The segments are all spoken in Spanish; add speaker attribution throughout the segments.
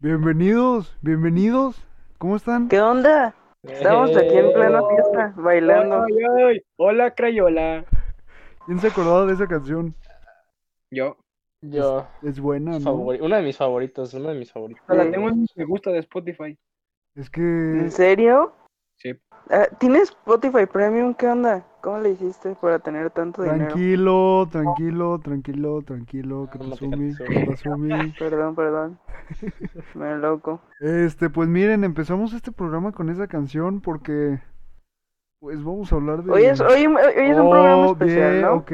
Speaker 1: Bienvenidos, bienvenidos. ¿Cómo están?
Speaker 2: ¿Qué onda? Estamos aquí
Speaker 3: Eh.
Speaker 2: en
Speaker 1: Eh,
Speaker 2: plena fiesta, bailando.
Speaker 4: Ay, ay, ay. Hola, Crayola.
Speaker 1: ¿Quién se acordaba de esa canción?
Speaker 4: Yo.
Speaker 3: Yo,
Speaker 1: Es buena, ¿no?
Speaker 3: favori- uno de mis favoritos, uno de mis favoritos.
Speaker 4: O sea,
Speaker 2: Sí.
Speaker 4: tengo en mis me gusta de Spotify.
Speaker 1: Es que
Speaker 2: ¿En serio?
Speaker 4: Sí.
Speaker 2: Ah, ¿Tienes Spotify Premium? ¿Qué onda? ¿Cómo le hiciste para tener tanto dinero?
Speaker 1: tranquilo, tranquilo, tranquilo, tranquilo, que te
Speaker 3: Cálmate,
Speaker 1: sumi,
Speaker 3: Katsumi.
Speaker 1: que te sumi.
Speaker 2: Perdón, perdón. Me loco.
Speaker 1: Este, pues miren, empezamos este programa con esa canción porque pues vamos a hablar de
Speaker 2: Hoy es, hoy, hoy es un programa
Speaker 1: Oh,
Speaker 2: especial,
Speaker 1: bien,
Speaker 2: ¿no?
Speaker 1: ok,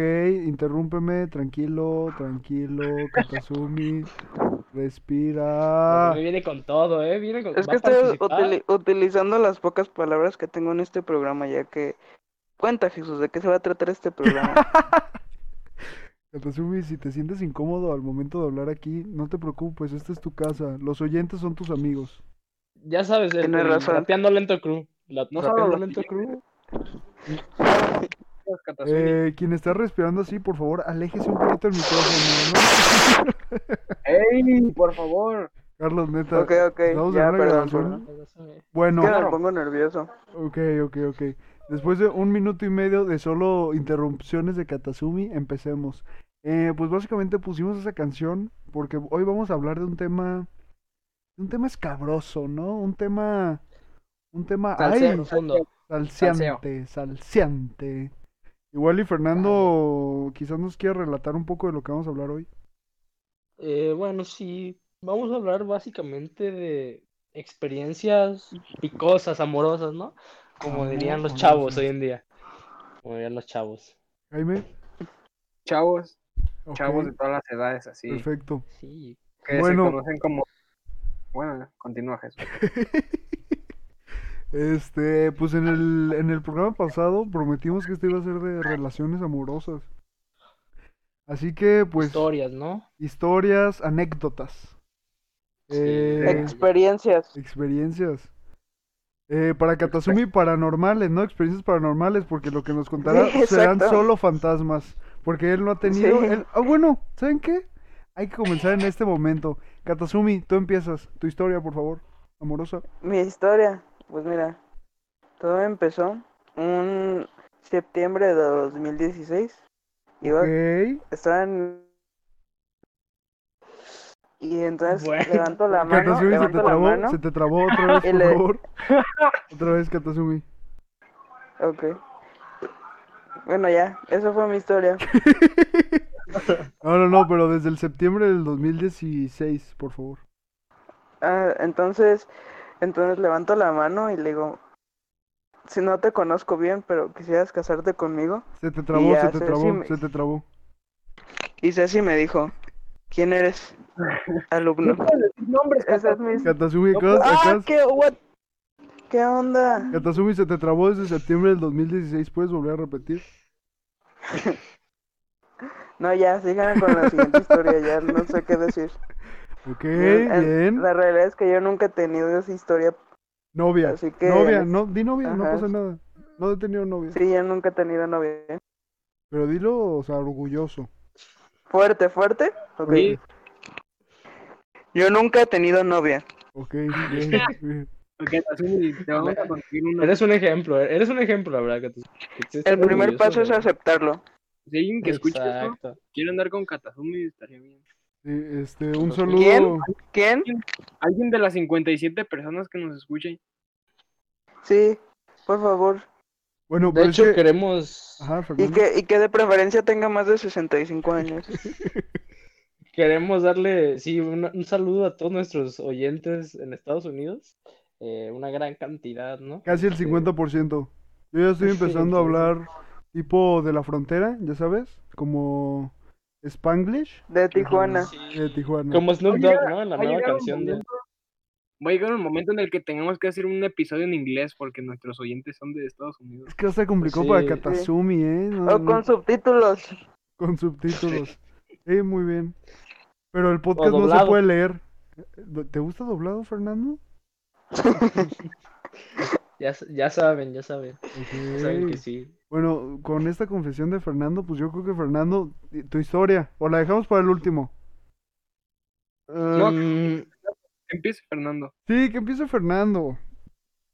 Speaker 1: interrúmpeme, tranquilo, tranquilo, Katasumi, respira.
Speaker 3: Me viene con todo, ¿eh? Viene con...
Speaker 2: Es
Speaker 3: ¿Va
Speaker 2: que
Speaker 3: a
Speaker 2: estoy
Speaker 3: participar?
Speaker 2: utili- utilizando las pocas palabras que tengo en este programa, ya que... Cuenta, Jesús, ¿de qué se va a tratar este programa?
Speaker 1: Katasumi, si te sientes incómodo al momento de hablar aquí, no te preocupes, esta es tu casa, los oyentes son tus amigos.
Speaker 3: Ya sabes, el,
Speaker 2: Tienes
Speaker 3: el
Speaker 2: razón.
Speaker 3: Rapeando Lento Crew. La-
Speaker 4: No
Speaker 3: rapeando
Speaker 4: solo los
Speaker 3: Lento Crew.
Speaker 4: Las catas-
Speaker 1: Eh, quien está respirando así, por favor, aléjese un poquito del micrófono, ¿no?
Speaker 4: ¡Ey! Por favor.
Speaker 1: Carlos, neta.
Speaker 2: ok, ok,
Speaker 1: Vamos a
Speaker 2: ya,
Speaker 1: hacer una
Speaker 2: perdón,
Speaker 1: grabación.
Speaker 2: perdón.
Speaker 1: Bueno,
Speaker 2: Es que me pongo nervioso.
Speaker 1: ok, ok, ok. Después de un minuto y medio de solo interrupciones de Katasumi, empecemos. Eh, pues básicamente pusimos esa canción porque hoy vamos a hablar de un tema, un tema escabroso, ¿no? Un tema, un tema,
Speaker 3: Salseo
Speaker 1: ay,
Speaker 3: profundo.
Speaker 1: salseante, salseante. Igual y Fernando quizás nos quiera relatar un poco de lo que vamos a hablar hoy.
Speaker 3: Eh, bueno, sí. Vamos a hablar básicamente de experiencias picosas, amorosas, ¿no? Como dirían los chavos hoy en día. Como dirían los chavos.
Speaker 1: Jaime.
Speaker 4: Chavos.
Speaker 1: ok,
Speaker 4: Chavos de todas las edades, así.
Speaker 1: Perfecto.
Speaker 3: Sí.
Speaker 4: Que
Speaker 1: Bueno.
Speaker 4: se conocen como. Bueno, continúa, Jesús.
Speaker 1: Este, pues en el, en el programa pasado prometimos que esto iba a ser de relaciones amorosas. Así que, pues,
Speaker 3: Historias, ¿no?
Speaker 1: historias, anécdotas,
Speaker 3: Sí.
Speaker 1: Eh,
Speaker 2: Experiencias.
Speaker 1: experiencias. Eh, para Katasumi, paranormales, ¿no? Experiencias paranormales, porque lo que nos contará
Speaker 2: Sí,
Speaker 1: serán
Speaker 2: exacto.
Speaker 1: solo fantasmas. Porque él no ha tenido.
Speaker 2: Sí.
Speaker 1: él- Ah, bueno, ¿saben qué? Hay que comenzar en este momento. Katasumi, tú empiezas. Tu historia, por favor. Amorosa.
Speaker 2: Mi historia, pues mira, todo empezó un septiembre de 2016. Iba,
Speaker 1: Ok.
Speaker 2: estaba en... Y entonces
Speaker 3: Bueno.
Speaker 2: levanto la mano,
Speaker 1: Katasumi, se te
Speaker 2: levanto la
Speaker 1: trabó,
Speaker 2: mano.
Speaker 1: se te trabó otra vez,
Speaker 2: Y
Speaker 1: por
Speaker 2: le-
Speaker 1: favor. Otra vez, Katasumi.
Speaker 2: Ok. Bueno, ya, esa fue mi historia.
Speaker 1: No, no, no, pero desde el septiembre del 2016, por favor.
Speaker 2: Ah, entonces, entonces levanto la mano y le digo, si no te conozco bien, pero quisieras casarte conmigo.
Speaker 1: Se te trabó, se
Speaker 2: ya
Speaker 1: te
Speaker 2: sé,
Speaker 1: trabó,
Speaker 2: sí me-
Speaker 1: se te trabó.
Speaker 2: Y Ceci me dijo, ¿quién eres?
Speaker 4: No
Speaker 2: Alumno.
Speaker 4: puedes decir nombres,
Speaker 2: Esa es
Speaker 4: catas-
Speaker 2: mi
Speaker 1: Katasumi,
Speaker 4: No,
Speaker 1: acabas,
Speaker 2: ¡Ah,
Speaker 1: acabas-
Speaker 2: qué, what? ¿Qué onda?
Speaker 1: Katasumi, se te trabó desde septiembre del 2016, ¿puedes volver a repetir?
Speaker 2: No, ya, sigan con la siguiente historia, ya no sé qué decir.
Speaker 1: Ok,
Speaker 2: Eh,
Speaker 1: bien.
Speaker 2: La realidad es que yo nunca he tenido esa historia,
Speaker 1: Novia,
Speaker 2: así que...
Speaker 1: novia, no, di novia, no
Speaker 2: Ajá.
Speaker 1: pasa nada. No he tenido novia,
Speaker 2: Sí, yo nunca he tenido novia.
Speaker 1: pero dilo, o sea, orgulloso.
Speaker 2: ¿Fuerte, fuerte? Ok.
Speaker 3: Sí.
Speaker 2: Yo nunca he tenido novia.
Speaker 1: Ok, bien, bien.
Speaker 4: Ok, Tatsumi, te vamos a conseguir una.
Speaker 3: Eres un ejemplo, eh, eres un ejemplo, la verdad. Que tú- que tú
Speaker 2: El
Speaker 3: estás
Speaker 2: primer
Speaker 3: orgulloso
Speaker 2: paso
Speaker 3: de-
Speaker 2: es aceptarlo.
Speaker 4: Si alguien que escuche esto
Speaker 3: Exacto.
Speaker 4: quiere andar con Katasumi, estaría bien.
Speaker 1: Sí, Este, un
Speaker 3: ¿Quién?
Speaker 1: saludo.
Speaker 2: ¿Quién?
Speaker 4: Alguien de las 57 personas que nos escuchen.
Speaker 2: Sí, por favor.
Speaker 1: Bueno,
Speaker 3: De
Speaker 1: pero
Speaker 3: hecho,
Speaker 1: es que...
Speaker 3: queremos
Speaker 1: Ajá,
Speaker 2: Y
Speaker 1: Fernando.
Speaker 2: que, y que de preferencia tenga más de 65 años.
Speaker 3: Queremos darle, sí, un, un saludo a todos nuestros oyentes en Estados Unidos. Eh, una gran cantidad, ¿no?
Speaker 1: Casi el
Speaker 3: Este,
Speaker 1: 50%. Yo ya estoy
Speaker 3: Sí,
Speaker 1: empezando a
Speaker 3: entonces-
Speaker 1: hablar tipo de la frontera, ya sabes, como Spanglish
Speaker 2: De Tijuana.
Speaker 3: sí.
Speaker 1: de Tijuana.
Speaker 3: Como Snoop
Speaker 4: Va a
Speaker 3: Dogg,
Speaker 4: llegar-
Speaker 3: ¿no? En la
Speaker 4: va a
Speaker 3: nueva
Speaker 4: llegar un
Speaker 3: canción de...
Speaker 4: momento- Va a llegar un momento en el que tengamos que hacer un episodio en inglés porque nuestros oyentes son de Estados Unidos.
Speaker 1: Es que se complicó para
Speaker 3: Sí.
Speaker 1: Katasumi, ¿eh? No,
Speaker 2: O
Speaker 1: no,
Speaker 2: con subtítulos.
Speaker 1: con subtítulos. Sí, muy bien. Pero el podcast no se
Speaker 3: doblado.
Speaker 1: puede leer. ¿Te gusta doblado, Fernando?
Speaker 3: Ya, s- ya saben, ya saben. Ya saben
Speaker 1: Ok.
Speaker 3: que sí.
Speaker 1: Bueno, con esta confesión de Fernando, pues yo creo que Fernando, tu historia, o la dejamos para el último. Eh,
Speaker 4: No,
Speaker 3: Mm,
Speaker 4: Empieza Fernando.
Speaker 1: Sí, que empiece Fernando.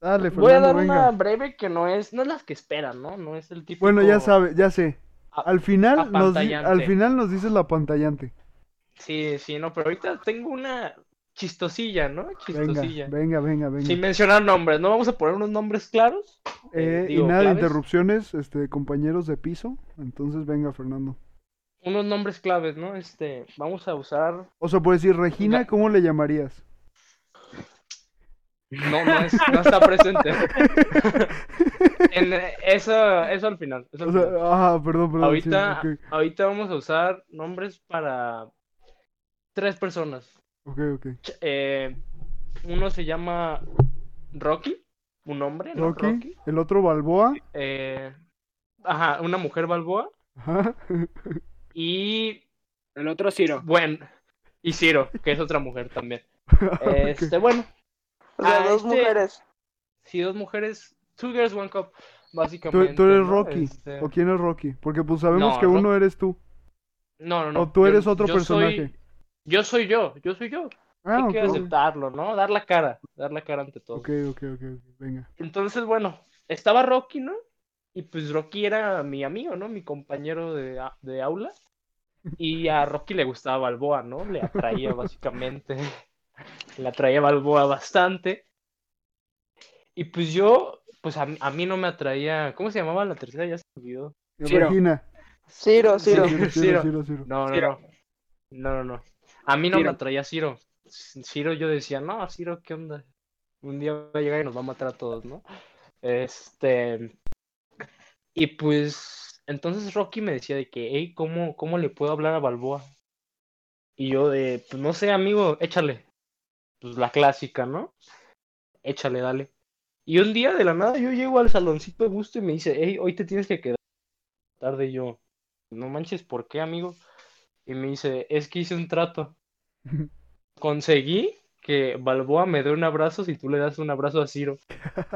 Speaker 1: Dale, Fernando,
Speaker 3: voy a dar
Speaker 1: venga.
Speaker 3: una breve que no es, no es las que esperan, ¿no? No es el Ah, tipo
Speaker 1: Bueno, ya sabe, ya sé.
Speaker 3: A-
Speaker 1: Al final nos di- al
Speaker 3: apantallante.
Speaker 1: final nos dices la pantallante.
Speaker 3: Sí, sí, no, pero ahorita tengo una chistosilla, ¿no?
Speaker 1: Venga,
Speaker 3: Chistosilla.
Speaker 1: venga, venga, venga.
Speaker 3: Sin mencionar nombres, ¿no? Vamos a poner unos nombres claros.
Speaker 1: Eh, y
Speaker 3: digo,
Speaker 1: nada de
Speaker 3: claves.
Speaker 1: interrupciones, este, compañeros de piso. Entonces, venga, Fernando.
Speaker 3: Unos nombres claves, ¿no? Este, vamos a usar.
Speaker 1: O sea, por decir, Regina,
Speaker 3: Ga-
Speaker 1: ¿cómo le llamarías?
Speaker 3: No, no, es- no está presente. En- eh, eso, eso al final. eso al
Speaker 1: O
Speaker 3: final.
Speaker 1: sea, ah, perdón, perdón. sí,
Speaker 3: ahorita,
Speaker 1: ok,
Speaker 3: ahorita vamos a usar nombres para tres personas.
Speaker 1: ok, ok.
Speaker 3: Ch- eh, uno se llama Rocky, un hombre, ¿no?
Speaker 1: Rocky,
Speaker 3: Rocky.
Speaker 1: el otro Balboa.
Speaker 3: Eh, ajá, una mujer Balboa.
Speaker 1: Ajá.
Speaker 3: Y
Speaker 4: El otro Ciro.
Speaker 3: bueno, y Ciro, que es otra mujer también. Este, bueno,
Speaker 2: O sea,
Speaker 3: Ah,
Speaker 2: dos
Speaker 3: este-
Speaker 2: mujeres.
Speaker 3: si dos mujeres, two girls, one cup,
Speaker 1: ¿Tú,
Speaker 3: básicamente.
Speaker 1: tú eres
Speaker 3: ¿no?
Speaker 1: Rocky?
Speaker 3: Este,
Speaker 1: ¿O quién es Rocky? Porque pues sabemos
Speaker 3: No,
Speaker 1: que
Speaker 3: Ro-
Speaker 1: uno eres tú.
Speaker 3: No, no, no.
Speaker 1: ¿O tú
Speaker 3: yo-
Speaker 1: eres otro
Speaker 3: yo
Speaker 1: personaje?
Speaker 3: soy- yo soy yo, yo soy yo.
Speaker 1: Ah,
Speaker 3: Hay que
Speaker 1: ok,
Speaker 3: aceptarlo, ¿no? Dar la cara, dar la cara ante todo.
Speaker 1: ok, ok, ok, ok, venga.
Speaker 3: Entonces, bueno, estaba Rocky, ¿no? Y pues Rocky era mi amigo, ¿no? Mi compañero de, a- de aula. Y a Rocky le gustaba Balboa, ¿no? Le atraía básicamente. Le atraía Balboa bastante. Y pues yo, pues a, mí- a mí no me atraía. ¿Cómo se llamaba la tercera? Ya se me olvidó.
Speaker 4: Ciro.
Speaker 1: Regina.
Speaker 2: Ciro, Ciro.
Speaker 3: Sí.
Speaker 1: Ciro, Ciro,
Speaker 3: Ciro.
Speaker 1: Ciro, Ciro.
Speaker 3: No, no,
Speaker 4: Ciro.
Speaker 3: no. No, no, no. A mí no me
Speaker 4: Ciro.
Speaker 3: atraía Ciro. C- Ciro yo decía, no, Ciro, ¿qué onda? Un día va a llegar y nos va a matar a todos, ¿no? Este. Y pues, entonces Rocky me decía de que, hey, ¿cómo, cómo le puedo hablar a Balboa? Y yo de, pues no sé, amigo, échale. Pues la clásica, ¿no? Échale, dale. Y un día de la nada yo llego al saloncito de gusto y me dice, hey, hoy te tienes que quedar tarde Y yo. No manches, ¿por qué, amigo? Y me dice, es que hice un trato. Conseguí que Balboa me dé un abrazo si tú le das un abrazo a Ciro.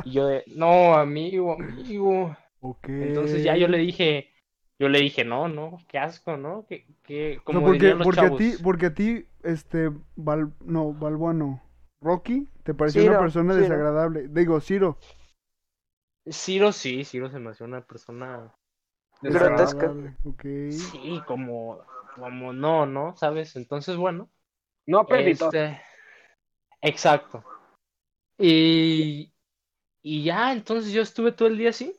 Speaker 3: Y yo de, no, amigo, amigo.
Speaker 1: Ok.
Speaker 3: Entonces ya yo le dije, yo le dije, no, no, qué asco, ¿no? Que,
Speaker 1: O
Speaker 3: que,
Speaker 1: sea,
Speaker 3: como
Speaker 1: porque,
Speaker 3: dirían los
Speaker 1: porque a
Speaker 3: chavos.
Speaker 1: ti, porque a ti, este, Bal- no, Balboa no, Rocky, te pareció una
Speaker 2: Ciro,
Speaker 1: persona
Speaker 2: Ciro.
Speaker 1: desagradable. Digo, Ciro.
Speaker 3: Ciro sí, Ciro se me hace una persona,
Speaker 2: Grotesca.
Speaker 1: desagradable, Ok.
Speaker 3: sí, como, como no, ¿no? ¿Sabes? Entonces, bueno.
Speaker 4: No, perrito.
Speaker 3: Este, exacto. Y, y ya, entonces yo estuve todo el día así.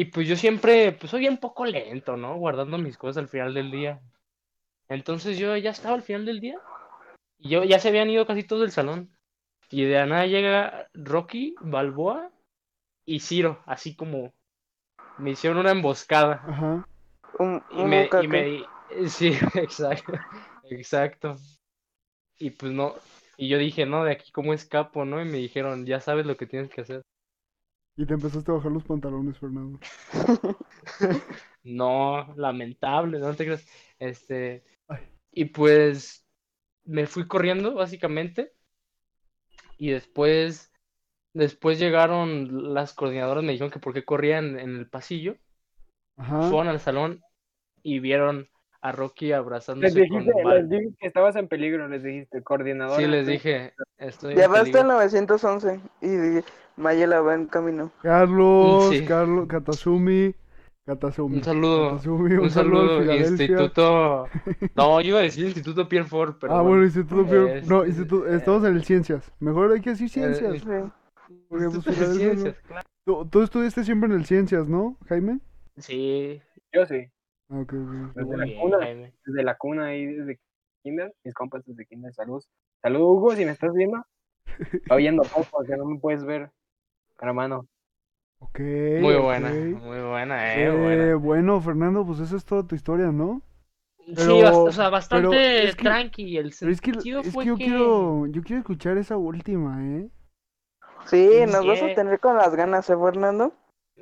Speaker 3: Y pues yo siempre, pues soy un poco lento, ¿no? Guardando mis cosas al final del día. Entonces yo ya estaba al final del día. Y yo ya se habían ido casi todo el salón. Y de la nada llega Rocky, Balboa y Ciro, así como me hicieron una emboscada.
Speaker 1: Ajá.
Speaker 2: Un,
Speaker 3: Y
Speaker 2: un
Speaker 3: me, y
Speaker 2: bucaque.
Speaker 3: me di- sí, exacto, exacto. Y pues no, y yo dije, no, de aquí cómo escapo, ¿no? Y me dijeron, ya sabes lo que tienes que hacer.
Speaker 1: Y te empezaste a bajar los pantalones, Fernando.
Speaker 3: No, lamentable, no te creas. Este,
Speaker 1: Ay.
Speaker 3: y pues me fui corriendo, básicamente. Y después, después llegaron las coordinadoras, me dijeron que por qué corrían en el pasillo.
Speaker 1: Ajá.
Speaker 3: Fueron al salón y vieron a Rocky
Speaker 4: Les
Speaker 3: abrazándose con
Speaker 4: dijiste,
Speaker 3: Val-
Speaker 4: les dijiste que estabas en peligro, les dijiste, coordinador.
Speaker 3: Sí, les dije, estoy en
Speaker 2: Ya va hasta
Speaker 3: peligro.
Speaker 2: el 911 y Mayela va en camino.
Speaker 1: Carlos,
Speaker 3: Sí.
Speaker 1: Carlos, Katasumi, Katasumi.
Speaker 3: Un saludo,
Speaker 1: Katasumi,
Speaker 3: Un saludo,
Speaker 1: de Filadelfia.
Speaker 3: Instituto. No, yo iba a decir Instituto Pierre Ford, pero.
Speaker 1: Ah, bueno, Instituto Fior-
Speaker 3: Es-
Speaker 1: No, instituto,
Speaker 3: eh,
Speaker 1: estamos en el Ciencias. Mejor hay que decir Ciencias.
Speaker 3: es-
Speaker 2: Sí.
Speaker 1: porque, pues,
Speaker 3: Instituto de
Speaker 1: Filadelfia no-
Speaker 3: Ciencias, claro.
Speaker 1: Tú, tú estudiaste siempre en el Ciencias, ¿no, Jaime?
Speaker 3: Sí,
Speaker 4: Yo sí,
Speaker 1: Ah, ok, ok.
Speaker 4: desde
Speaker 3: muy
Speaker 4: la
Speaker 3: bien,
Speaker 4: cuna,
Speaker 3: Jaime.
Speaker 4: desde la cuna ahí, desde kinder, mis compas desde kinder, salud. Salud, Hugo, si me estás viendo. Está oyendo poco, que no me puedes ver, hermano.
Speaker 1: Ok,
Speaker 3: Muy
Speaker 1: ok.
Speaker 3: buena, muy buena, eh,
Speaker 1: Eh,
Speaker 3: buena.
Speaker 1: bueno, Fernando, pues esa es toda tu historia, ¿no?
Speaker 3: sí, bast-
Speaker 1: pero-
Speaker 3: o sea, bastante
Speaker 1: es que-
Speaker 3: tranqui. El
Speaker 1: Pero es que,
Speaker 3: sentido
Speaker 1: es
Speaker 3: fue
Speaker 1: que yo quiero yo quiero escuchar esa última, ¿eh?
Speaker 2: Sí, nos vas
Speaker 3: Sí.
Speaker 2: a tener con las ganas, ¿eh, Fernando?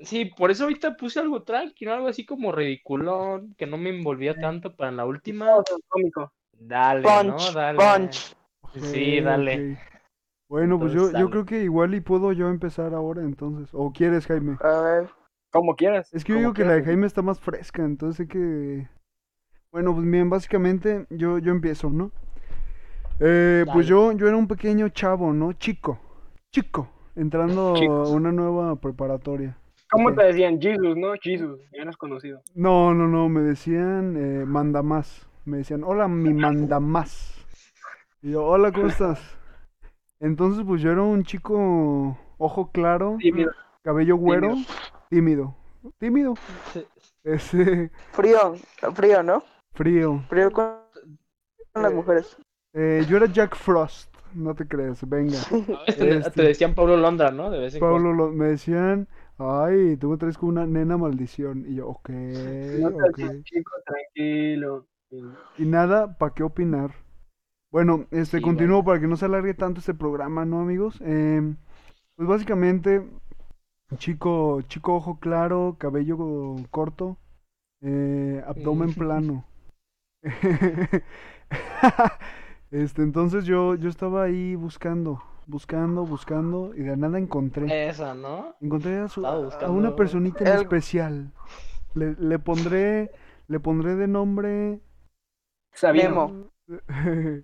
Speaker 3: Sí, por eso ahorita puse algo tranqui, ¿no? algo así como ridiculón, que no me envolvía tanto para la última.
Speaker 4: No, no, cómico.
Speaker 3: Dale,
Speaker 2: Punch,
Speaker 3: ¿no? Dale.
Speaker 2: punch.
Speaker 3: Sí,
Speaker 1: Ok,
Speaker 3: dale.
Speaker 1: ok. Bueno, pues yo,
Speaker 3: Entonces,
Speaker 1: yo
Speaker 3: dale.
Speaker 1: creo que igual y puedo yo empezar ahora entonces. ¿O quieres, Jaime?
Speaker 2: A ver,
Speaker 4: Como quieras.
Speaker 1: Es que yo
Speaker 4: como
Speaker 1: digo que la de
Speaker 4: quieras.
Speaker 1: Jaime está más fresca, entonces hay que... Bueno, pues bien, básicamente yo, yo empiezo, ¿no? Eh, pues
Speaker 3: Dale.
Speaker 1: yo, yo era un pequeño chavo, ¿no? Chico, chico, entrando
Speaker 4: Chicos.
Speaker 1: a una nueva preparatoria.
Speaker 4: ¿Cómo te decían? Jesus, ¿no? Jesus, ya no es conocido.
Speaker 1: No, no, no, me decían eh, mandamás. Me decían, hola, mi mandamás. Y yo, hola, ¿cómo estás? Entonces, pues yo era un chico, ojo claro,
Speaker 4: Sí, mira,
Speaker 1: cabello güero, tímido. Tímido.
Speaker 3: Se-
Speaker 1: Ese
Speaker 2: Frío, frío, ¿no?
Speaker 1: frío.
Speaker 2: Frío con, con las
Speaker 1: Eh,
Speaker 2: mujeres.
Speaker 1: Eh, yo era Jack Frost, no te crees, venga.
Speaker 3: te,
Speaker 1: Este.
Speaker 3: te decían Pablo Londra, ¿no? De vez en
Speaker 1: Pablo, lo- me decían, ay, tú me traes con una nena maldición. Y yo, ok,
Speaker 4: no te
Speaker 1: ok.
Speaker 4: decían, chico, tranquilo. Y
Speaker 1: Y nada, ¿para qué opinar? Bueno, este,
Speaker 3: Sí,
Speaker 1: continúo para que no se alargue tanto este programa, ¿no, amigos? Eh, pues básicamente, chico, chico ojo claro, cabello corto, eh, abdomen plano. este, entonces yo, yo estaba ahí buscando, buscando, buscando, y de nada encontré.
Speaker 3: cuando. Esa, ¿no?
Speaker 1: Encontré a, su-
Speaker 3: Eh, Estaba
Speaker 1: a- a
Speaker 3: buscando
Speaker 1: una
Speaker 3: algo.
Speaker 1: personita en
Speaker 2: El-
Speaker 1: especial. Le, le pondré le pondré de nombre
Speaker 4: Sabino.
Speaker 2: Nemo,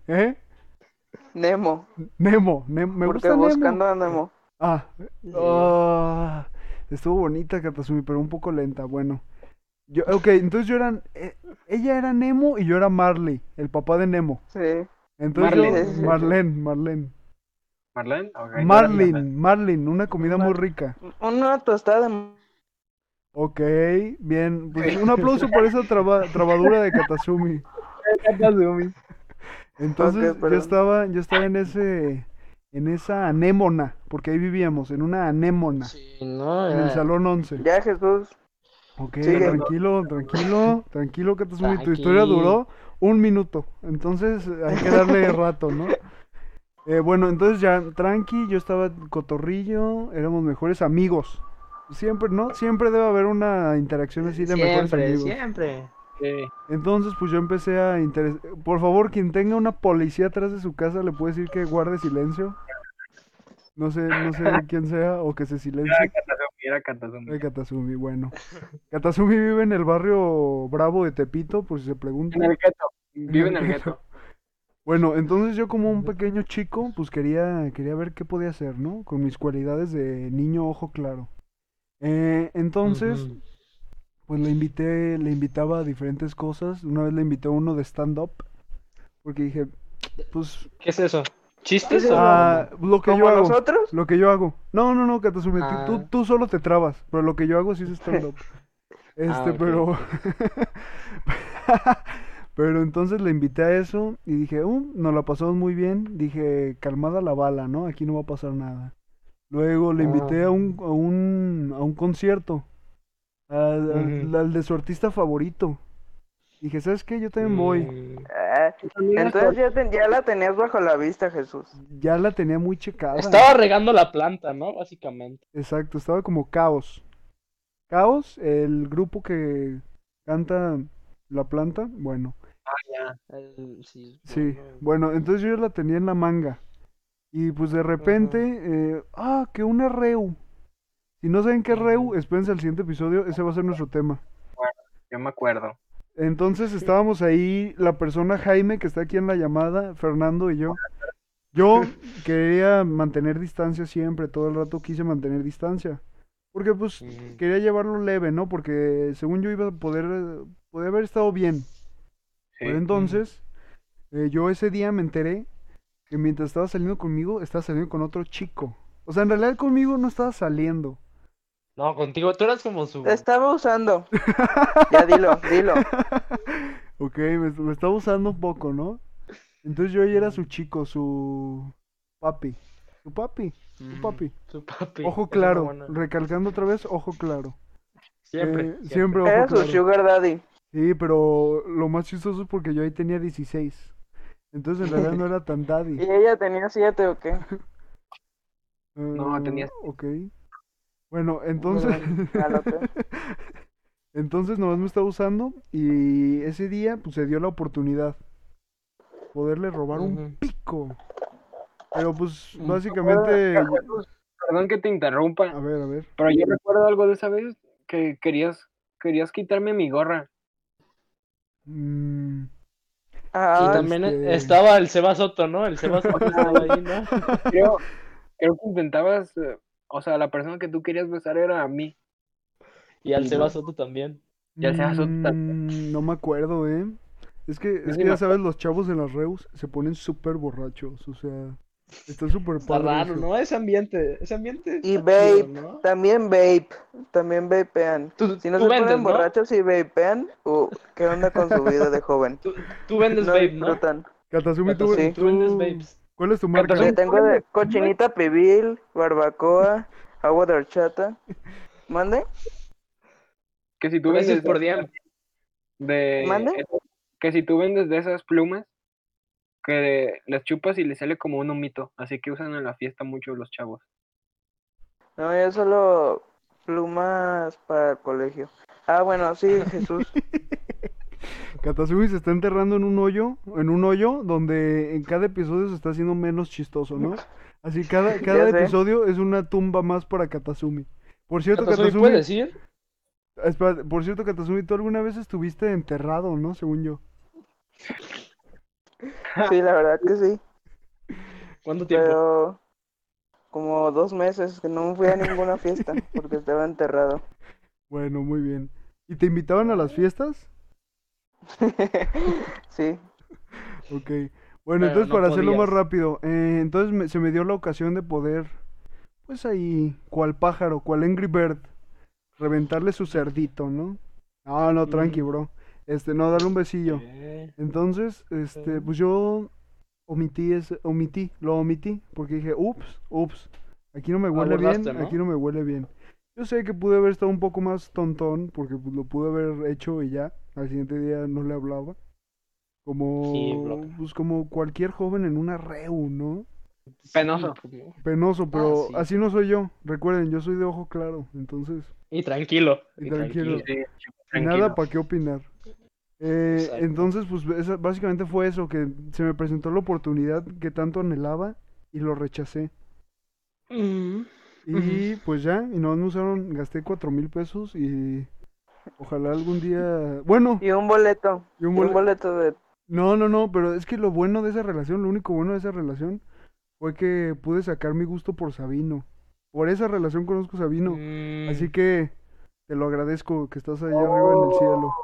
Speaker 1: ¿Eh?
Speaker 2: Nemo.
Speaker 1: Nemo, Ne- me gusta
Speaker 2: porque
Speaker 1: Nemo.
Speaker 2: buscando a Nemo.
Speaker 1: Ah, ah, estuvo bonita Katasumi, pero un poco lenta, bueno. Yo, ok, entonces yo era, eh, ella era Nemo y yo era Marley, el papá de Nemo.
Speaker 2: Sí.
Speaker 1: Entonces
Speaker 4: Marlene.
Speaker 1: yo, Marlene, Marlene.
Speaker 4: Marlene. ok, Marlene.
Speaker 1: Marlin, Marlin, una comida muy rica.
Speaker 2: Una tostada de
Speaker 1: Ok, bien. Pues un aplauso por esa traba- trabadura de Katasumi. Entonces
Speaker 2: Ok,
Speaker 1: yo
Speaker 2: perdón.
Speaker 1: estaba, yo estaba en ese, en esa anémona, porque ahí vivíamos, en una anémona,
Speaker 3: Sí, no,
Speaker 1: en el
Speaker 3: era-
Speaker 1: salón 11.
Speaker 2: Ya, Jesús.
Speaker 1: Ok,
Speaker 2: Sigue.
Speaker 1: tranquilo, tranquilo, tranquilo, que tu historia
Speaker 3: Tranqui.
Speaker 1: duró un minuto, entonces hay que darle rato, ¿no? Eh, bueno, entonces ya, tranqui, yo estaba cotorrillo, éramos mejores amigos. Siempre, ¿no? Siempre debe haber una interacción así de mejores
Speaker 3: siempre,
Speaker 1: amigos.
Speaker 3: siempre.
Speaker 4: Sí.
Speaker 1: Entonces, pues yo empecé a interes- Por favor, quien tenga una policía atrás de su casa, le puede decir que guarde silencio. No sé, no sé quién sea o que se
Speaker 4: Era
Speaker 1: silencie.
Speaker 4: Katasumi, era Katasumi.
Speaker 1: Ay, Katasumi, bueno. Katasumi vive en el barrio Bravo de Tepito, por si se
Speaker 4: En
Speaker 1: preguntan.
Speaker 4: el gueto. Vive en el gueto.
Speaker 1: Bueno, entonces yo como un pequeño chico, pues quería, quería ver qué podía hacer, ¿no? Con mis cualidades de niño ojo claro. Eh, entonces,
Speaker 3: Ujú.
Speaker 1: pues le invité, le invitaba a diferentes cosas. Una vez le invité a uno de stand-up, porque dije, pues
Speaker 3: ¿Qué es eso? ¿Chistes? o-
Speaker 1: ah, lo que yo
Speaker 2: Como
Speaker 1: hago.
Speaker 2: nosotros.
Speaker 1: Lo que yo hago. No, no, no, Katasumi, tú-
Speaker 3: Ah.
Speaker 1: tú, tú solo te trabas, pero lo que yo hago sí es stand-up. Este,
Speaker 3: Ah, ok.
Speaker 1: pero... pero entonces le invité a eso y dije, uh, nos la pasamos muy bien. Dije, calmada la bala, ¿no? Aquí no va a pasar nada. Luego
Speaker 3: Ah,
Speaker 1: le invité a un, a un, a un concierto, al, al-
Speaker 3: Ujú.
Speaker 1: al de su artista favorito. Dije, ¿sabes qué? Yo también voy.
Speaker 3: Mm,
Speaker 2: Ah, entonces ya, ten- ya la tenías bajo la vista, Jesús.
Speaker 3: Mm.
Speaker 1: Ya la tenía muy checada.
Speaker 3: Estaba regando la planta, ¿no? Básicamente.
Speaker 1: Exacto, estaba como Caos. Caos, el grupo que canta La Planta, bueno,
Speaker 3: Ah, El- sí.
Speaker 1: sí,
Speaker 3: bueno.
Speaker 1: bueno, entonces yo la tenía en la manga. Y pues de repente, eh, ah, que una Reu. Si no saben qué es Reu,
Speaker 3: Ujú.
Speaker 1: espérense al siguiente episodio, ese va a ser nuestro tema.
Speaker 4: Yo me acuerdo.
Speaker 1: Entonces estábamos ahí, la persona Jaime que está aquí en la llamada, Fernando y yo. Yo quería mantener distancia siempre, todo el rato quise mantener distancia. Porque pues
Speaker 3: Mm.
Speaker 1: quería llevarlo leve, ¿no? Porque según yo iba a poder, eh, podía haber estado bien.
Speaker 4: Sí.
Speaker 1: Pero entonces, eh, yo ese día me enteré que mientras estaba saliendo conmigo, estaba saliendo con otro chico. O sea, en realidad conmigo no estaba saliendo.
Speaker 3: No, contigo, tú eras como su.
Speaker 2: Te estaba usando. Ya dilo, dilo.
Speaker 1: Ok, me, me estaba usando un poco, ¿no? Entonces yo ahí era su chico, su papi. Su papi, su
Speaker 3: Mm,
Speaker 1: papi.
Speaker 3: su papi.
Speaker 1: Ojo
Speaker 3: Es
Speaker 1: claro, Eh,
Speaker 3: una buena-
Speaker 1: recalcando otra vez, ojo claro.
Speaker 3: Siempre.
Speaker 1: Eh,
Speaker 3: siempre.
Speaker 1: siempre ojo
Speaker 2: Era su
Speaker 1: claro.
Speaker 2: sugar daddy.
Speaker 1: Sí, pero lo más chistoso es porque yo ahí tenía 16. Entonces en realidad no era tan daddy.
Speaker 2: ¿Y ella tenía siete o qué?
Speaker 4: No,
Speaker 1: Ah,
Speaker 4: tenías-
Speaker 1: Ok. Bueno, entonces.
Speaker 2: Jálate.
Speaker 1: Entonces nomás me estaba usando y ese día pues se dio la oportunidad. Poderle robar un
Speaker 3: Ujú.
Speaker 1: pico. Pero pues
Speaker 3: Un-
Speaker 1: básicamente.
Speaker 4: Perdón que te interrumpa.
Speaker 1: A ver, a ver.
Speaker 4: Pero yo recuerdo algo de esa vez que querías, querías quitarme mi gorra.
Speaker 1: Mm,
Speaker 2: Ah,
Speaker 3: y también
Speaker 1: este-
Speaker 3: estaba el Seba Soto, ¿no? El Seba Soto estaba ahí, ¿no?
Speaker 4: Creo, creo que intentabas, eh, o sea, la persona que tú querías besar era a mí.
Speaker 3: Y al
Speaker 4: Sí,
Speaker 3: Seba
Speaker 4: ¿no?
Speaker 3: Soto también.
Speaker 4: Ya se hace otra-
Speaker 1: mm, no me acuerdo, ¿eh? Es que, es
Speaker 4: sí
Speaker 1: que
Speaker 4: me
Speaker 1: ya sabes, los chavos en las reus se ponen súper borrachos, o sea, está súper
Speaker 3: Está
Speaker 1: padre
Speaker 3: raro,
Speaker 1: eso.
Speaker 3: ¿no? Ese ambiente, ese ambiente.
Speaker 2: Y
Speaker 3: está chido,
Speaker 2: vape.
Speaker 3: ¿no?
Speaker 2: También vape, también vapean.
Speaker 3: Tú,
Speaker 2: Si no
Speaker 3: tú
Speaker 2: se
Speaker 3: vendes,
Speaker 2: ponen
Speaker 3: ¿no?
Speaker 2: borrachos y vapean, uh, ¿qué onda con su vida de joven?
Speaker 3: Tú, tú vendes
Speaker 2: No
Speaker 3: vape, ¿no?
Speaker 2: disfrutan.
Speaker 1: Katasumi, tú,
Speaker 3: Katasumi,
Speaker 2: Sí.
Speaker 3: Tú vendes
Speaker 1: tú-
Speaker 3: vapes.
Speaker 1: ¿cuál es tu marca?
Speaker 4: Katasumi.
Speaker 2: Le tengo de cochinita pibil, barbacoa, agua de horchata. ¿Mande?
Speaker 4: Que si tú
Speaker 3: Gracias
Speaker 4: vendes
Speaker 3: por
Speaker 4: de-
Speaker 3: DM.
Speaker 4: de eh,
Speaker 2: ¿Mande?
Speaker 4: que si tú vendes de esas plumas que las chupas y le sale como un humito, así que usan en la fiesta mucho los chavos.
Speaker 2: No, yo solo plumas para el colegio. Ah, bueno, sí, Jesús.
Speaker 1: Katasumi se está enterrando en un hoyo, en un hoyo donde en cada episodio se está haciendo menos chistoso, ¿no? Así cada, cada
Speaker 2: sé.
Speaker 1: episodio es una tumba más para Katasumi. Por cierto,
Speaker 3: Katasumi,
Speaker 1: Katasumi,
Speaker 3: ¿puedes decir?
Speaker 1: espérate, por cierto, Katasumi, tú alguna vez estuviste enterrado, ¿no? Según yo.
Speaker 2: Sí, la verdad que sí.
Speaker 3: ¿Cuánto tiempo?
Speaker 2: Pero como dos meses que no fui a ninguna fiesta porque estaba enterrado.
Speaker 1: Bueno, muy bien. ¿Y te invitaban a las fiestas?
Speaker 2: Sí.
Speaker 1: Ok. Bueno,
Speaker 3: Pero
Speaker 1: entonces
Speaker 3: no
Speaker 1: para hacerlo más
Speaker 3: podías.
Speaker 1: rápido, eh, entonces me- se me dio la ocasión de poder, pues ahí, cual pájaro, cual Angry Bird, reventarle su cerdito, ¿no? Ah, no, tranqui,
Speaker 3: Ujú.
Speaker 1: bro. Este, no, darle un besillo.
Speaker 3: Eh,
Speaker 1: Entonces, este,
Speaker 3: Ok.
Speaker 1: pues yo omití ese, omití, lo omití, porque dije, ups, ups, aquí no me huele bien,
Speaker 3: borraste, ¿no?
Speaker 1: aquí no me huele bien. Yo sé que pude haber estado un poco más tontón, porque pues, lo pude haber hecho y ya, al siguiente día no le hablaba. Como,
Speaker 3: Sí, bloque.
Speaker 1: pues como cualquier joven en una reu, ¿no?
Speaker 3: sí,
Speaker 4: Penoso.
Speaker 3: como-
Speaker 1: Penoso, pero
Speaker 3: Ah, sí.
Speaker 1: así no soy yo. Recuerden, yo soy de ojo claro, entonces,
Speaker 3: Y tranquilo.
Speaker 1: Y tranquilo.
Speaker 4: Sí,
Speaker 1: nada
Speaker 4: tranquilo.
Speaker 1: para qué opinar. Eh,
Speaker 3: Exacto.
Speaker 1: entonces, pues esa- básicamente fue eso, que se me presentó la oportunidad que tanto anhelaba y lo rechacé.
Speaker 3: Mm,
Speaker 1: Y pues ya, y no me usaron, gasté cuatro mil pesos y ojalá algún día... Bueno,
Speaker 2: Y un boleto.
Speaker 1: y un
Speaker 2: y un
Speaker 1: bol-
Speaker 2: boleto de...
Speaker 1: no, no, no, pero es que lo bueno de esa relación, lo único bueno de esa relación fue que pude sacar mi gusto por Sabino. Por esa relación conozco a Sabino.
Speaker 3: mm,
Speaker 1: Así que te lo agradezco que estás allá arriba en el cielo.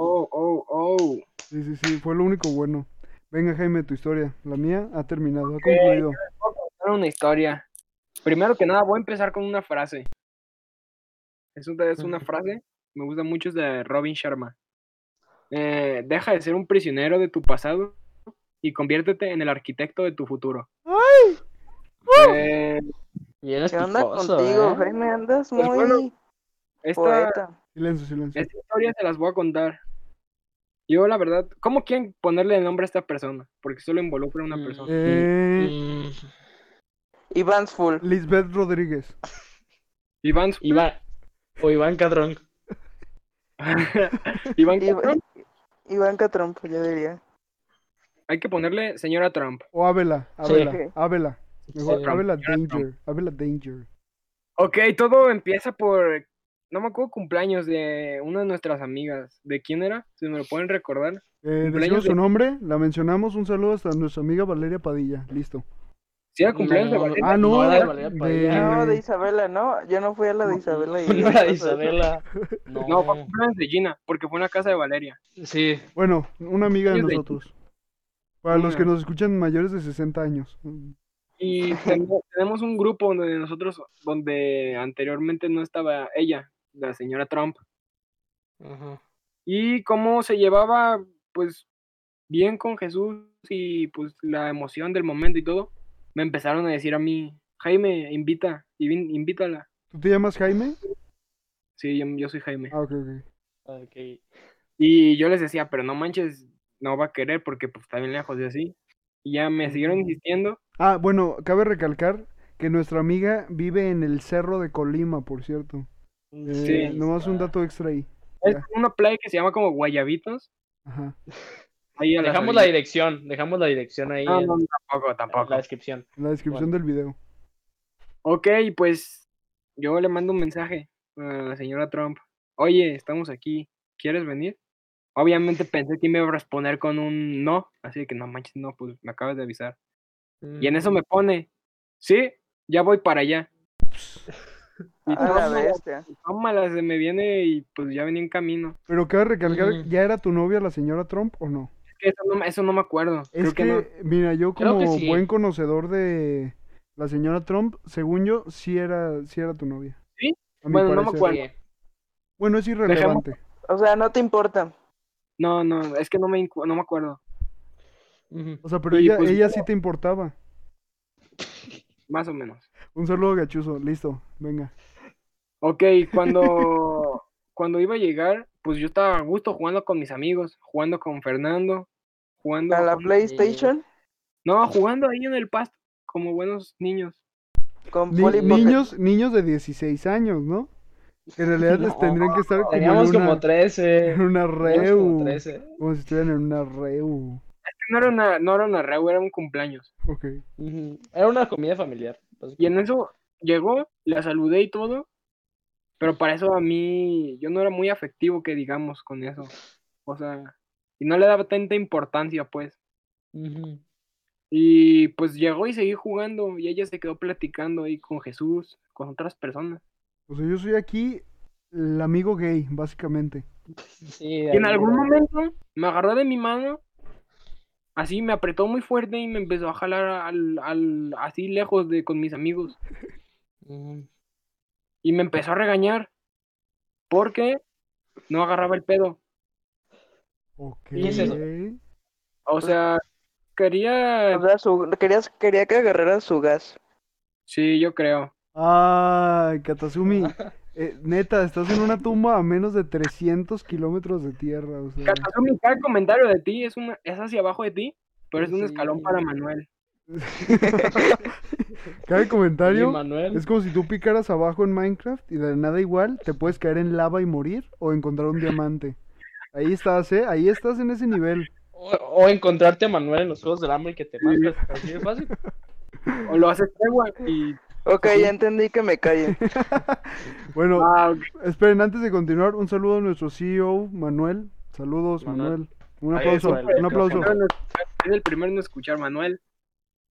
Speaker 4: Oh, oh, oh, oh.
Speaker 1: Sí, sí, sí, fue lo único bueno. Venga, Jaime, tu historia. La mía ha terminado, ha concluido.
Speaker 4: Era una historia. Primero que nada, voy a empezar con una frase. Es una, es una
Speaker 3: Ujú.
Speaker 4: frase, me gusta mucho, es de Robin Sharma. Eh, deja de ser un prisionero de tu pasado y conviértete en el arquitecto de tu futuro. Eh,
Speaker 3: Y eres
Speaker 2: ¿Qué onda
Speaker 3: picoso,
Speaker 2: contigo,
Speaker 3: ¿eh?
Speaker 2: Jaime? Andas muy
Speaker 4: Pues bueno,
Speaker 3: Pues,
Speaker 4: esta,
Speaker 2: poeta.
Speaker 1: Silencio, silencio.
Speaker 4: Esta historia se las voy a contar. Yo, la verdad, ¿cómo quieren ponerle el nombre a esta persona? Porque solo involucra a una
Speaker 3: Mm.
Speaker 4: persona.
Speaker 1: Eh,
Speaker 3: Mm,
Speaker 2: Iván's full.
Speaker 1: Lisbeth Rodríguez.
Speaker 4: Iván,
Speaker 3: Iván. O Iván Cadrón.
Speaker 4: Iván
Speaker 2: Iván,
Speaker 4: Trump,
Speaker 2: Ivanka Trump, pues, yo diría.
Speaker 4: hay que ponerle señora Trump.
Speaker 1: O Abela,
Speaker 3: Sí.
Speaker 1: Abela,
Speaker 2: Sí.
Speaker 1: Abela. Mejor
Speaker 3: Sí.
Speaker 1: Abela
Speaker 4: Ya, Trump.
Speaker 1: Danger, Abela Danger.
Speaker 4: Ok, todo empieza por. No me acuerdo cumpleaños de una de nuestras amigas. ¿De quién era? Si me lo pueden recordar.
Speaker 1: Eh,
Speaker 4: Cumpleaños
Speaker 1: decimos
Speaker 4: de-
Speaker 1: su nombre, la mencionamos, un saludo hasta nuestra amiga Valeria Padilla, listo.
Speaker 4: Si era cumpleaños de
Speaker 3: No,
Speaker 4: Valeria.
Speaker 1: Ah, no,
Speaker 3: no era de
Speaker 1: era de-
Speaker 3: Valeria Padilla.
Speaker 2: No, de Isabela, no. Yo no fui a la de Isabela. y-
Speaker 3: No era de Isabela. No.
Speaker 4: No, fue cumpleaños de Gina, porque fue en la casa de Valeria.
Speaker 3: Sí.
Speaker 1: Bueno, una amiga de
Speaker 4: Ellos de-
Speaker 1: nosotros. Para los
Speaker 4: Una.
Speaker 1: que nos escuchan mayores de 60 años.
Speaker 4: Y tengo- tenemos un grupo donde nosotros, donde anteriormente no estaba ella, la señora Trump.
Speaker 3: Ajá.
Speaker 4: y cómo se llevaba pues bien con Jesús y pues la emoción del momento y todo, me empezaron a decir a mí, Jaime, invita, invi- invítala.
Speaker 1: ¿Tú te llamas Jaime?
Speaker 4: Sí, yo, yo soy Jaime.
Speaker 1: Ah, ok, ok.
Speaker 3: Ok.
Speaker 4: Y yo les decía, pero no manches, no va a querer porque pues está bien lejos de así. Y ya me siguieron insistiendo.
Speaker 1: Ah, bueno, cabe recalcar que nuestra amiga vive en el cerro de Colima, por cierto. Eh,
Speaker 4: Sí.
Speaker 1: Nomás un dato extra ahí.
Speaker 4: Es
Speaker 1: Ya.
Speaker 4: una playa que se llama como Guayabitos.
Speaker 1: Ajá.
Speaker 4: Ahí a las
Speaker 3: Dejamos la
Speaker 4: orillas.
Speaker 3: dirección. Dejamos la dirección ahí
Speaker 4: No,
Speaker 3: en,
Speaker 4: no,
Speaker 3: en
Speaker 4: tampoco, tampoco.
Speaker 3: la descripción.
Speaker 1: En la descripción del video.
Speaker 4: Ok, pues yo le mando un mensaje a la señora Trump oye, estamos aquí, ¿quieres venir? Obviamente pensé que me iba a responder con un no, así que no manches, no, pues me acabas de avisar. Y en
Speaker 3: Mm.
Speaker 4: eso me pone, sí, ya voy para allá. Y
Speaker 2: A la
Speaker 4: tómala,
Speaker 2: bestia.
Speaker 4: tómala, se me viene y pues ya venía en camino.
Speaker 1: Pero cabe recalcar,
Speaker 3: Mm.
Speaker 1: ¿ya era tu novia la señora Trump o no?
Speaker 4: Es que eso no, eso no me acuerdo.
Speaker 1: Es
Speaker 4: Creo que, no.
Speaker 1: que, mira, yo
Speaker 3: Creo
Speaker 1: como
Speaker 3: que sí. ¿eh?
Speaker 1: buen conocedor de la señora Trump, según yo, sí era, sí era tu novia.
Speaker 4: ¿Sí?
Speaker 1: A mi
Speaker 4: Bueno, no me
Speaker 1: parecer.
Speaker 4: acuerdo.
Speaker 1: Bueno, es irrelevante.
Speaker 2: O sea, no te importa.
Speaker 4: No, no, es que no me, incu- no me acuerdo.
Speaker 1: O sea, pero
Speaker 4: Sí,
Speaker 1: ella,
Speaker 4: pues,
Speaker 1: ella sí te importaba.
Speaker 4: Más o menos.
Speaker 1: Un saludo gachuzo, listo, venga.
Speaker 4: Ok, cuando, cuando iba a llegar, pues yo estaba a gusto jugando con mis amigos, jugando con Fernando, jugando...
Speaker 2: A la
Speaker 4: con-
Speaker 2: PlayStation
Speaker 4: No, jugando ahí en el pasto, como buenos niños.
Speaker 2: con
Speaker 1: Ni-
Speaker 2: Polly Pocket.
Speaker 1: niños, niños de 16 años, ¿no? Que en realidad les
Speaker 3: No,
Speaker 1: tendrían que estar como en
Speaker 3: Teníamos
Speaker 1: una,
Speaker 3: como 13.
Speaker 1: en una
Speaker 3: teníamos como
Speaker 1: reu.
Speaker 3: 13.
Speaker 1: Como si estuvieran en una reu.
Speaker 4: No era una, no era una reu, era un cumpleaños.
Speaker 1: Ok.
Speaker 3: Ujú. Era una comida familiar. pues.
Speaker 4: Y en eso llegó, la saludé y todo, pero para eso a mí, yo no era muy afectivo, que digamos, con eso. O sea, y no le daba tanta importancia, pues.
Speaker 3: Ujú.
Speaker 4: Y pues llegó y seguí jugando y ella se quedó platicando ahí con Jesús, con otras personas.
Speaker 1: O sea, yo soy aquí el amigo gay, básicamente.
Speaker 3: Sí,
Speaker 4: Y en
Speaker 3: ahí
Speaker 4: algún
Speaker 3: era.
Speaker 4: momento me agarró de mi mano, así me apretó muy fuerte y me empezó a jalar al, al- así lejos de con mis amigos.
Speaker 3: Ujú.
Speaker 4: Y me empezó a regañar porque no agarraba el pedo.
Speaker 1: Ok.
Speaker 3: ¿Y es eso? Pues
Speaker 4: O sea, quería...
Speaker 2: O sea, su- querías- quería que agarrara su gas.
Speaker 4: Sí, yo creo.
Speaker 1: Ay, Katasumi. eh, neta, estás en una tumba a menos de 300 kilómetros de tierra. O sea,
Speaker 4: Katsumi, cada comentario de ti es, una, es hacia abajo de ti, pero es un
Speaker 3: Sí.
Speaker 4: escalón para Manuel.
Speaker 1: cada
Speaker 3: Y
Speaker 1: comentario
Speaker 3: Manuel.
Speaker 1: es como si tú picaras abajo en Minecraft y de nada igual te puedes caer en lava y morir o encontrar un diamante. Ahí estás, ¿eh? Ahí estás en ese nivel.
Speaker 3: O, o encontrarte a Manuel en los juegos del hambre y que te matas. Así de fácil.
Speaker 4: O lo haces tregua y...
Speaker 2: Ok, ya entendí que me calle.
Speaker 1: Bueno,
Speaker 4: Ah, ok.
Speaker 1: Esperen, antes de continuar, un saludo a nuestro CEO, Manuel. Saludos, Manuel.
Speaker 3: Manuel.
Speaker 1: Un
Speaker 3: Ahí
Speaker 1: aplauso,
Speaker 3: está el
Speaker 1: un aplauso.
Speaker 3: micrófono.
Speaker 4: Es el primero en escuchar, Manuel.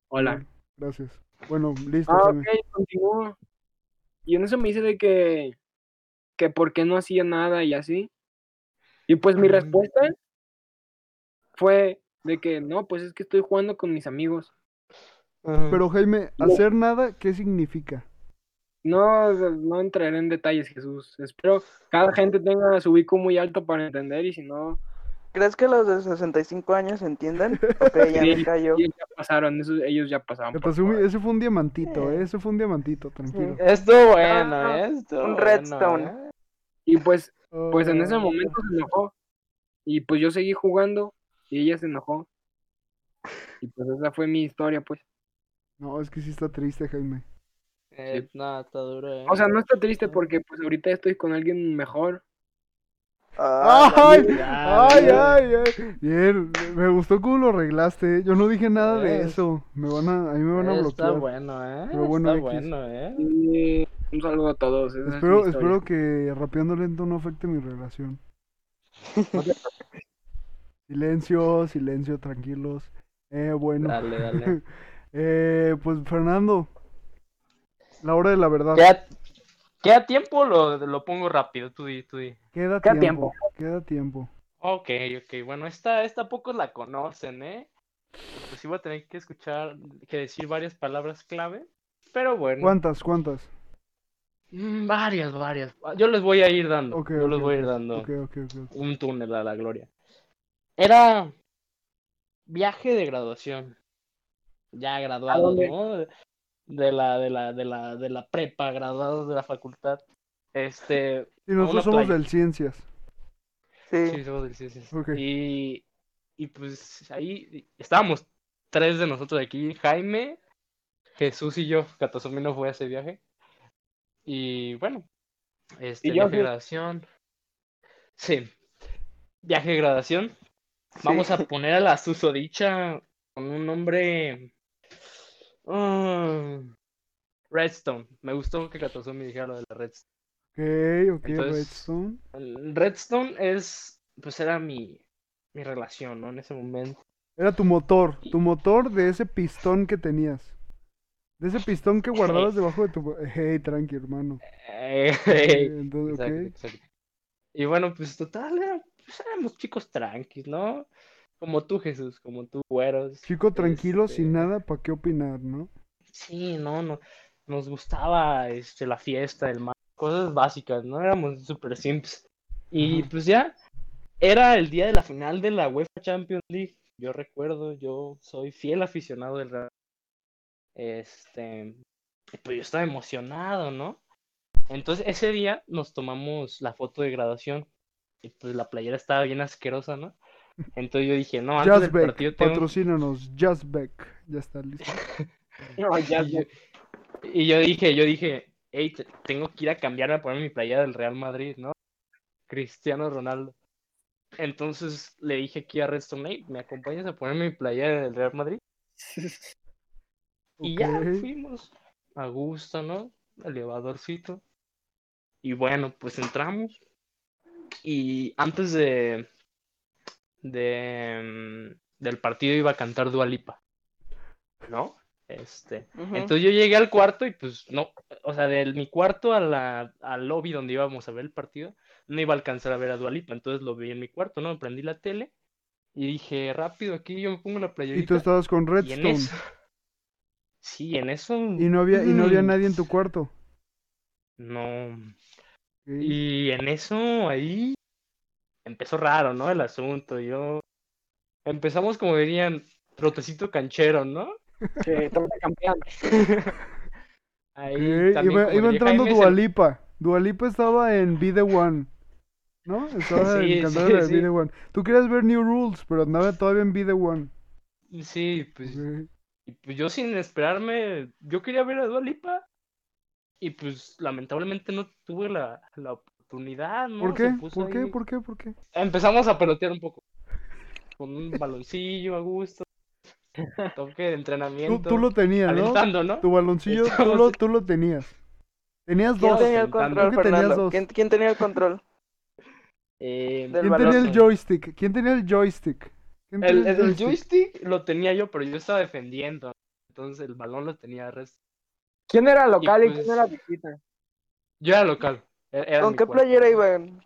Speaker 4: Hola.
Speaker 1: Gracias. Bueno, listo.
Speaker 4: Ah,
Speaker 3: pues,
Speaker 1: Jaime.
Speaker 4: ok, continúo. Y en eso me dice de que, que por qué no hacía nada y así. Y pues mi
Speaker 3: Mm.
Speaker 4: respuesta fue de que no, pues es que estoy jugando con mis amigos.
Speaker 3: Ujú.
Speaker 1: Pero Jaime,
Speaker 4: No.
Speaker 1: hacer nada, ¿qué significa?
Speaker 4: No, no entraré en detalles, Jesús. Espero cada gente tenga su IQ muy alto para entender y si no,
Speaker 2: ¿Crees que los de 65 años entiendan? Ok, ya
Speaker 4: Sí.
Speaker 2: me callo.
Speaker 4: ellos ya pasaron, eso- ellos ya pasaron. por
Speaker 1: Katasumi,
Speaker 4: todo.
Speaker 1: ese fue un diamantito, ¿eh? Ese fue un diamantito, tranquilo.
Speaker 3: Esto bueno,
Speaker 2: Ah,
Speaker 3: ¿eh? Estuvo
Speaker 2: un
Speaker 3: bueno,
Speaker 2: redstone.
Speaker 3: ¿eh?
Speaker 4: Y pues, pues en ese
Speaker 1: Ah,
Speaker 4: momento se enojó. Y pues yo seguí jugando y ella se enojó. Y pues esa fue mi historia, pues.
Speaker 1: No, es que sí está triste, Jaime.
Speaker 3: Eh, nada, está duro, ¿eh?
Speaker 4: O sea, no está triste porque pues ahorita estoy con alguien mejor.
Speaker 2: Ah,
Speaker 1: ¡Ay!
Speaker 3: ya,
Speaker 1: ¡Ay,
Speaker 3: ya.
Speaker 1: ay, ay! Bien, me gustó cómo lo arreglaste. ¿eh? Yo no dije nada de
Speaker 4: Pues,
Speaker 3: Es-
Speaker 1: eso. Me van a, a mí me van a
Speaker 3: Está
Speaker 1: bloquear.
Speaker 3: bueno, ¿eh?
Speaker 1: Pero bueno,
Speaker 3: Está
Speaker 1: X.
Speaker 3: bueno, ¿eh?
Speaker 4: Y un saludo a todos. esa es mi
Speaker 1: Espero,
Speaker 4: historia.
Speaker 1: espero que rapeando lento no afecte mi relación. silencio, silencio, tranquilos. Eh, bueno,
Speaker 3: Dale, dale.
Speaker 1: eh, pues Fernando, la hora de la verdad.
Speaker 3: ¿Queda, queda tiempo? Lo, lo pongo rápido, tú di, tú di.
Speaker 1: Queda
Speaker 4: queda
Speaker 1: tiempo, queda tiempo.
Speaker 3: Ok, ok, bueno, esta, esta pocos la conocen, ¿eh? Pues sí voy a tener que escuchar, que decir varias palabras clave, pero bueno.
Speaker 1: ¿Cuántas, cuántas?
Speaker 3: Mm, Varias, varias. Yo les voy a ir dando,
Speaker 1: Ok,
Speaker 3: yo les
Speaker 1: ok,
Speaker 3: voy a ir dando
Speaker 1: Ok, ok, ok, ok.
Speaker 3: un túnel a la gloria. Era viaje de graduación. Ya graduados,
Speaker 4: dónde?
Speaker 3: ¿no? De la, de la, de la, de la prepa, graduados de la facultad. Este,
Speaker 1: Y nosotros
Speaker 3: una
Speaker 1: somos
Speaker 3: playa.
Speaker 1: del Ciencias.
Speaker 2: sí.
Speaker 3: Sí, somos del CSS.
Speaker 1: Ok.
Speaker 3: Y, y pues ahí estábamos tres de nosotros aquí, Jaime, Jesús y yo. Katasumi no fue a ese viaje. Y bueno, este
Speaker 4: Y yo
Speaker 3: viaje
Speaker 4: fui.
Speaker 3: de graduación. Sí, viaje de graduación. Vamos a poner a la susodicha con un nombre. ah, Redstone. Me gustó que Katasumi dijera lo de la Redstone.
Speaker 1: Ok, ok,
Speaker 3: Entonces-
Speaker 1: Redstone.
Speaker 3: El Redstone es, pues era mi, mi relación, ¿no? En ese momento.
Speaker 1: Era tu motor, tu motor de ese pistón que tenías. De ese pistón que guardabas debajo de tu... Hey, tranqui, hermano.
Speaker 3: Eh,
Speaker 1: Eh, Entonces,
Speaker 3: Exacto,
Speaker 1: ok.
Speaker 3: exacto. Y bueno, pues total, era- pues, éramos chicos tranquis, ¿no? Como tú, Jesús, como tú, güeros.
Speaker 1: Chico tranquilo, sin
Speaker 3: este,
Speaker 1: nada, ¿para qué opinar, no?
Speaker 3: Sí, no, no. Nos gustaba este, la fiesta, el mar, cosas básicas, ¿no? Éramos super simps. Y
Speaker 1: Ajá.
Speaker 3: pues ya, era el día de la final de la UEFA Champions League. Yo recuerdo, yo soy fiel aficionado del Real. Este, y, pues yo estaba emocionado, ¿no? Entonces ese día nos tomamos la foto de graduación. Y pues la playera estaba bien asquerosa, ¿no? Entonces yo dije, no, antes del partido
Speaker 1: Jazzbeck,
Speaker 3: tengo
Speaker 1: patrocínanos, Jazzbeck. Ya está listo.
Speaker 4: No, ya,
Speaker 3: y yo, y yo dije, yo dije, hey, tengo que ir a cambiarme a poner mi playera del Real Madrid, ¿no? Cristiano Ronaldo. Entonces le dije aquí a Redstone, hey, ¿me acompañas a poner mi playera del Real Madrid? Y ya
Speaker 1: Ok.
Speaker 3: fuimos a gusto, ¿no? Elevadorcito. Y bueno, pues entramos. Y antes de, de mm, del partido iba a cantar Dualipa. ¿No? Este.
Speaker 2: Ujú.
Speaker 3: Entonces yo llegué al cuarto y pues no, o sea, de mi cuarto a la, al lobby donde íbamos a ver el partido, no iba a alcanzar a ver a Dualipa, entonces lo vi en mi cuarto, ¿no? Prendí la tele y dije, rápido, aquí yo me pongo la
Speaker 1: Y tú
Speaker 3: playerita.
Speaker 1: estabas con
Speaker 3: Y en
Speaker 1: Redstone.
Speaker 3: eso. Sí, en eso.
Speaker 1: Y no había, y no había
Speaker 3: Mm.
Speaker 1: nadie en tu cuarto.
Speaker 3: No.
Speaker 1: Ok.
Speaker 3: Y en eso ahí empezó raro, ¿no? El asunto. Yo. Empezamos como dirían, trotecito canchero, ¿no?
Speaker 4: que te vas a campeón.
Speaker 3: Ahí
Speaker 1: Ok,
Speaker 3: también,
Speaker 1: Iba,
Speaker 3: como
Speaker 1: iba
Speaker 3: diría
Speaker 1: entrando
Speaker 3: Jaime, se-
Speaker 1: Dualipa. Dualipa estaba en Be The One. ¿No? Estaba
Speaker 3: Sí,
Speaker 1: en cantando
Speaker 3: sí,
Speaker 1: la de Be
Speaker 3: sí.
Speaker 1: The One. Tú querías ver New Rules, pero andaba todavía en Be The One.
Speaker 3: Sí, pues
Speaker 1: Ok.
Speaker 3: Y pues yo sin esperarme, yo quería ver a Dua Lipa y pues lamentablemente no tuve la, la oportunidad, ¿no?
Speaker 1: ¿Por
Speaker 3: Se
Speaker 1: qué?
Speaker 3: puso
Speaker 1: ¿Por qué?
Speaker 3: ahí-
Speaker 1: ¿Por qué? ¿Por qué?
Speaker 3: Empezamos a pelotear un poco. Con un baloncillo a gusto. Toque de
Speaker 1: Tú,
Speaker 3: entrenamiento.
Speaker 1: tú lo tenías, ¿no?
Speaker 3: Calentando, ¿no?
Speaker 1: Tu baloncillo, tú
Speaker 3: Estamos-
Speaker 1: lo, tú lo tenías. Tenías
Speaker 2: ¿Quién
Speaker 1: dos.
Speaker 2: tenía el
Speaker 3: Creo que
Speaker 2: control,
Speaker 1: tenías
Speaker 2: Fernando?
Speaker 1: dos.
Speaker 2: ¿Quién, quién tenía el control?
Speaker 3: Eh,
Speaker 2: del
Speaker 1: ¿Quién tenía el
Speaker 2: balón.
Speaker 1: joystick? ¿Quién tenía el joystick? ¿Quién
Speaker 3: el,
Speaker 1: tenía
Speaker 3: el joystick lo tenía yo, pero yo estaba defendiendo. Entonces el balón lo tenía Rest.
Speaker 4: ¿Quién era local y,
Speaker 3: pues-
Speaker 4: quién era visita?
Speaker 3: Yo era local. e- era
Speaker 2: ¿Con
Speaker 3: mi
Speaker 2: qué
Speaker 3: cuarto.
Speaker 2: playera iban?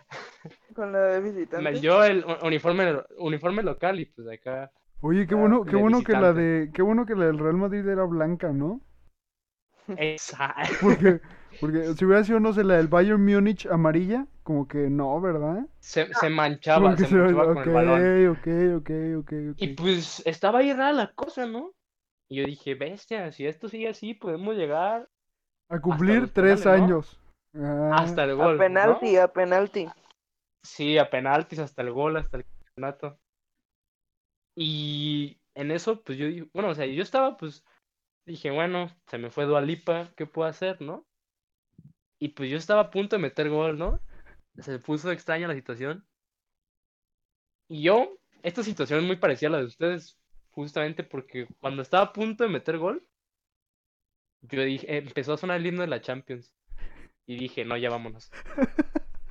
Speaker 2: ¿Con la de visitante?
Speaker 3: Me- Yo el u- uniforme, uniforme local y pues acá.
Speaker 1: Oye, qué
Speaker 3: Ah,
Speaker 1: bueno, qué
Speaker 3: de
Speaker 1: bueno que la
Speaker 3: visitante.
Speaker 1: de, qué bueno que la del Real Madrid era blanca, ¿no?
Speaker 3: Exacto.
Speaker 1: Porque, porque si hubiera sido, no sé, la del Bayern Múnich amarilla, como que no, ¿verdad?
Speaker 3: se, se
Speaker 1: Ah, Como
Speaker 3: manchaba,
Speaker 1: que
Speaker 3: se
Speaker 1: se ve-
Speaker 3: manchaba con el balón.
Speaker 1: ok, ok, ok, ok.
Speaker 3: Y pues estaba ahí rara la cosa, ¿no? Y yo dije, bestia, si esto sigue así, podemos llegar
Speaker 1: A cumplir
Speaker 3: los
Speaker 1: tres
Speaker 3: penales, ¿no?
Speaker 1: años. Ah,
Speaker 3: hasta el gol.
Speaker 2: A
Speaker 3: ¿no?
Speaker 2: penalti, a penalti.
Speaker 3: Sí, a penaltis, hasta el gol, hasta el campeonato. Y en eso, pues yo dije, bueno, o sea, yo estaba, pues, dije, bueno, se me fue Dualipa, ¿qué puedo hacer, no? Y pues yo estaba a punto de meter gol, ¿no? Se puso extraña la situación. Y yo, esta situación es muy parecida a la de ustedes, justamente porque cuando estaba a punto de meter gol, yo dije, empezó a sonar el himno de la Champions. Y dije, no, ya vámonos.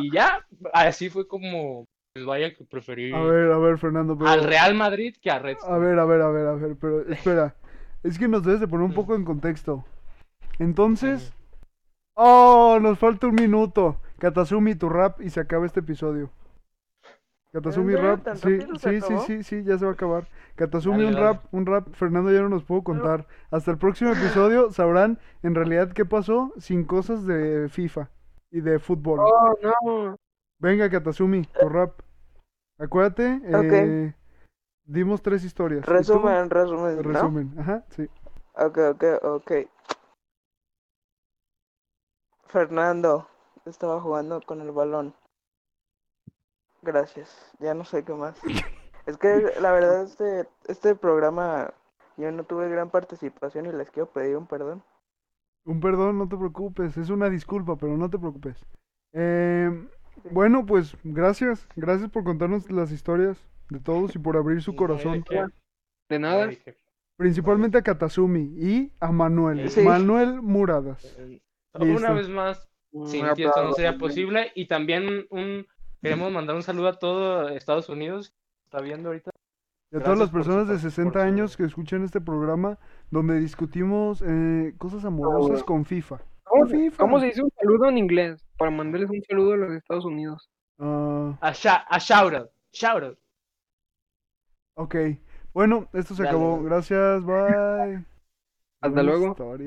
Speaker 3: Y ya, así fue como, pues vaya que preferí
Speaker 1: A ver, a ver, Fernando, pero-
Speaker 3: al Real Madrid que a Red.
Speaker 1: A ver, a ver, a ver, a ver, pero espera. Es que nos debes de poner un
Speaker 3: Mm.
Speaker 1: poco en contexto. Entonces, oh, nos falta un minuto. Katasumi, tu rap y se acaba este episodio. Katasumi
Speaker 2: ¿En serio?
Speaker 1: rap,
Speaker 2: ¿Tan
Speaker 1: sí,
Speaker 2: rápido se
Speaker 1: sí, sí,
Speaker 2: acabó?
Speaker 1: sí, sí, ya se va a acabar. Katasumi
Speaker 3: Dale,
Speaker 1: un
Speaker 3: dale.
Speaker 1: rap, un rap, Fernando ya no nos pudo contar. Hasta el próximo episodio sabrán en realidad qué pasó sin cosas de FIFA y de fútbol.
Speaker 4: Oh, no.
Speaker 1: Venga, Katasumi, tu rap. Acuérdate,
Speaker 2: Ok.
Speaker 1: eh, dimos tres historias. ¿Y tú?
Speaker 2: Resumen, resumen, ¿no?
Speaker 1: Resumen, ajá, sí.
Speaker 2: Ok, ok, ok. Fernando estaba jugando con el balón. Gracias. Ya no sé qué más. Es que la verdad este, este programa yo no tuve gran participación y les quiero pedir un perdón.
Speaker 1: Un perdón, no te preocupes, es una disculpa, pero no te preocupes. Eh, bueno, pues gracias, gracias por contarnos las historias de todos y por abrir su corazón.
Speaker 4: De nada.
Speaker 1: Principalmente a Katasumi y a Manuel,
Speaker 3: Sí.
Speaker 1: Manuel Muradas.
Speaker 3: Una
Speaker 1: Listo.
Speaker 3: vez más, sin
Speaker 2: Un
Speaker 3: ti esto no
Speaker 2: aplauso,
Speaker 3: sería
Speaker 2: hombre.
Speaker 3: posible. Y también un queremos mandar un saludo a todo Estados Unidos. que Está viendo ahorita.
Speaker 1: Y a todas las
Speaker 3: Gracias por su
Speaker 1: personas de
Speaker 3: par-
Speaker 1: 60
Speaker 3: por su-
Speaker 1: años que escuchan este programa donde discutimos eh, cosas
Speaker 3: Ah,
Speaker 1: amorosas
Speaker 2: bueno.
Speaker 1: con FIFA.
Speaker 4: ¿Cómo, se-
Speaker 1: FIFA.
Speaker 4: cómo se dice un saludo en inglés? Para mandarles un saludo a los Estados Unidos.
Speaker 1: Ah,
Speaker 3: A, sha- a Shoutout. Shoutout.
Speaker 1: ok. Bueno, esto se
Speaker 3: Dale,
Speaker 1: acabó.
Speaker 3: dale.
Speaker 1: Gracias, bye.
Speaker 4: Hasta luego.
Speaker 1: Historia.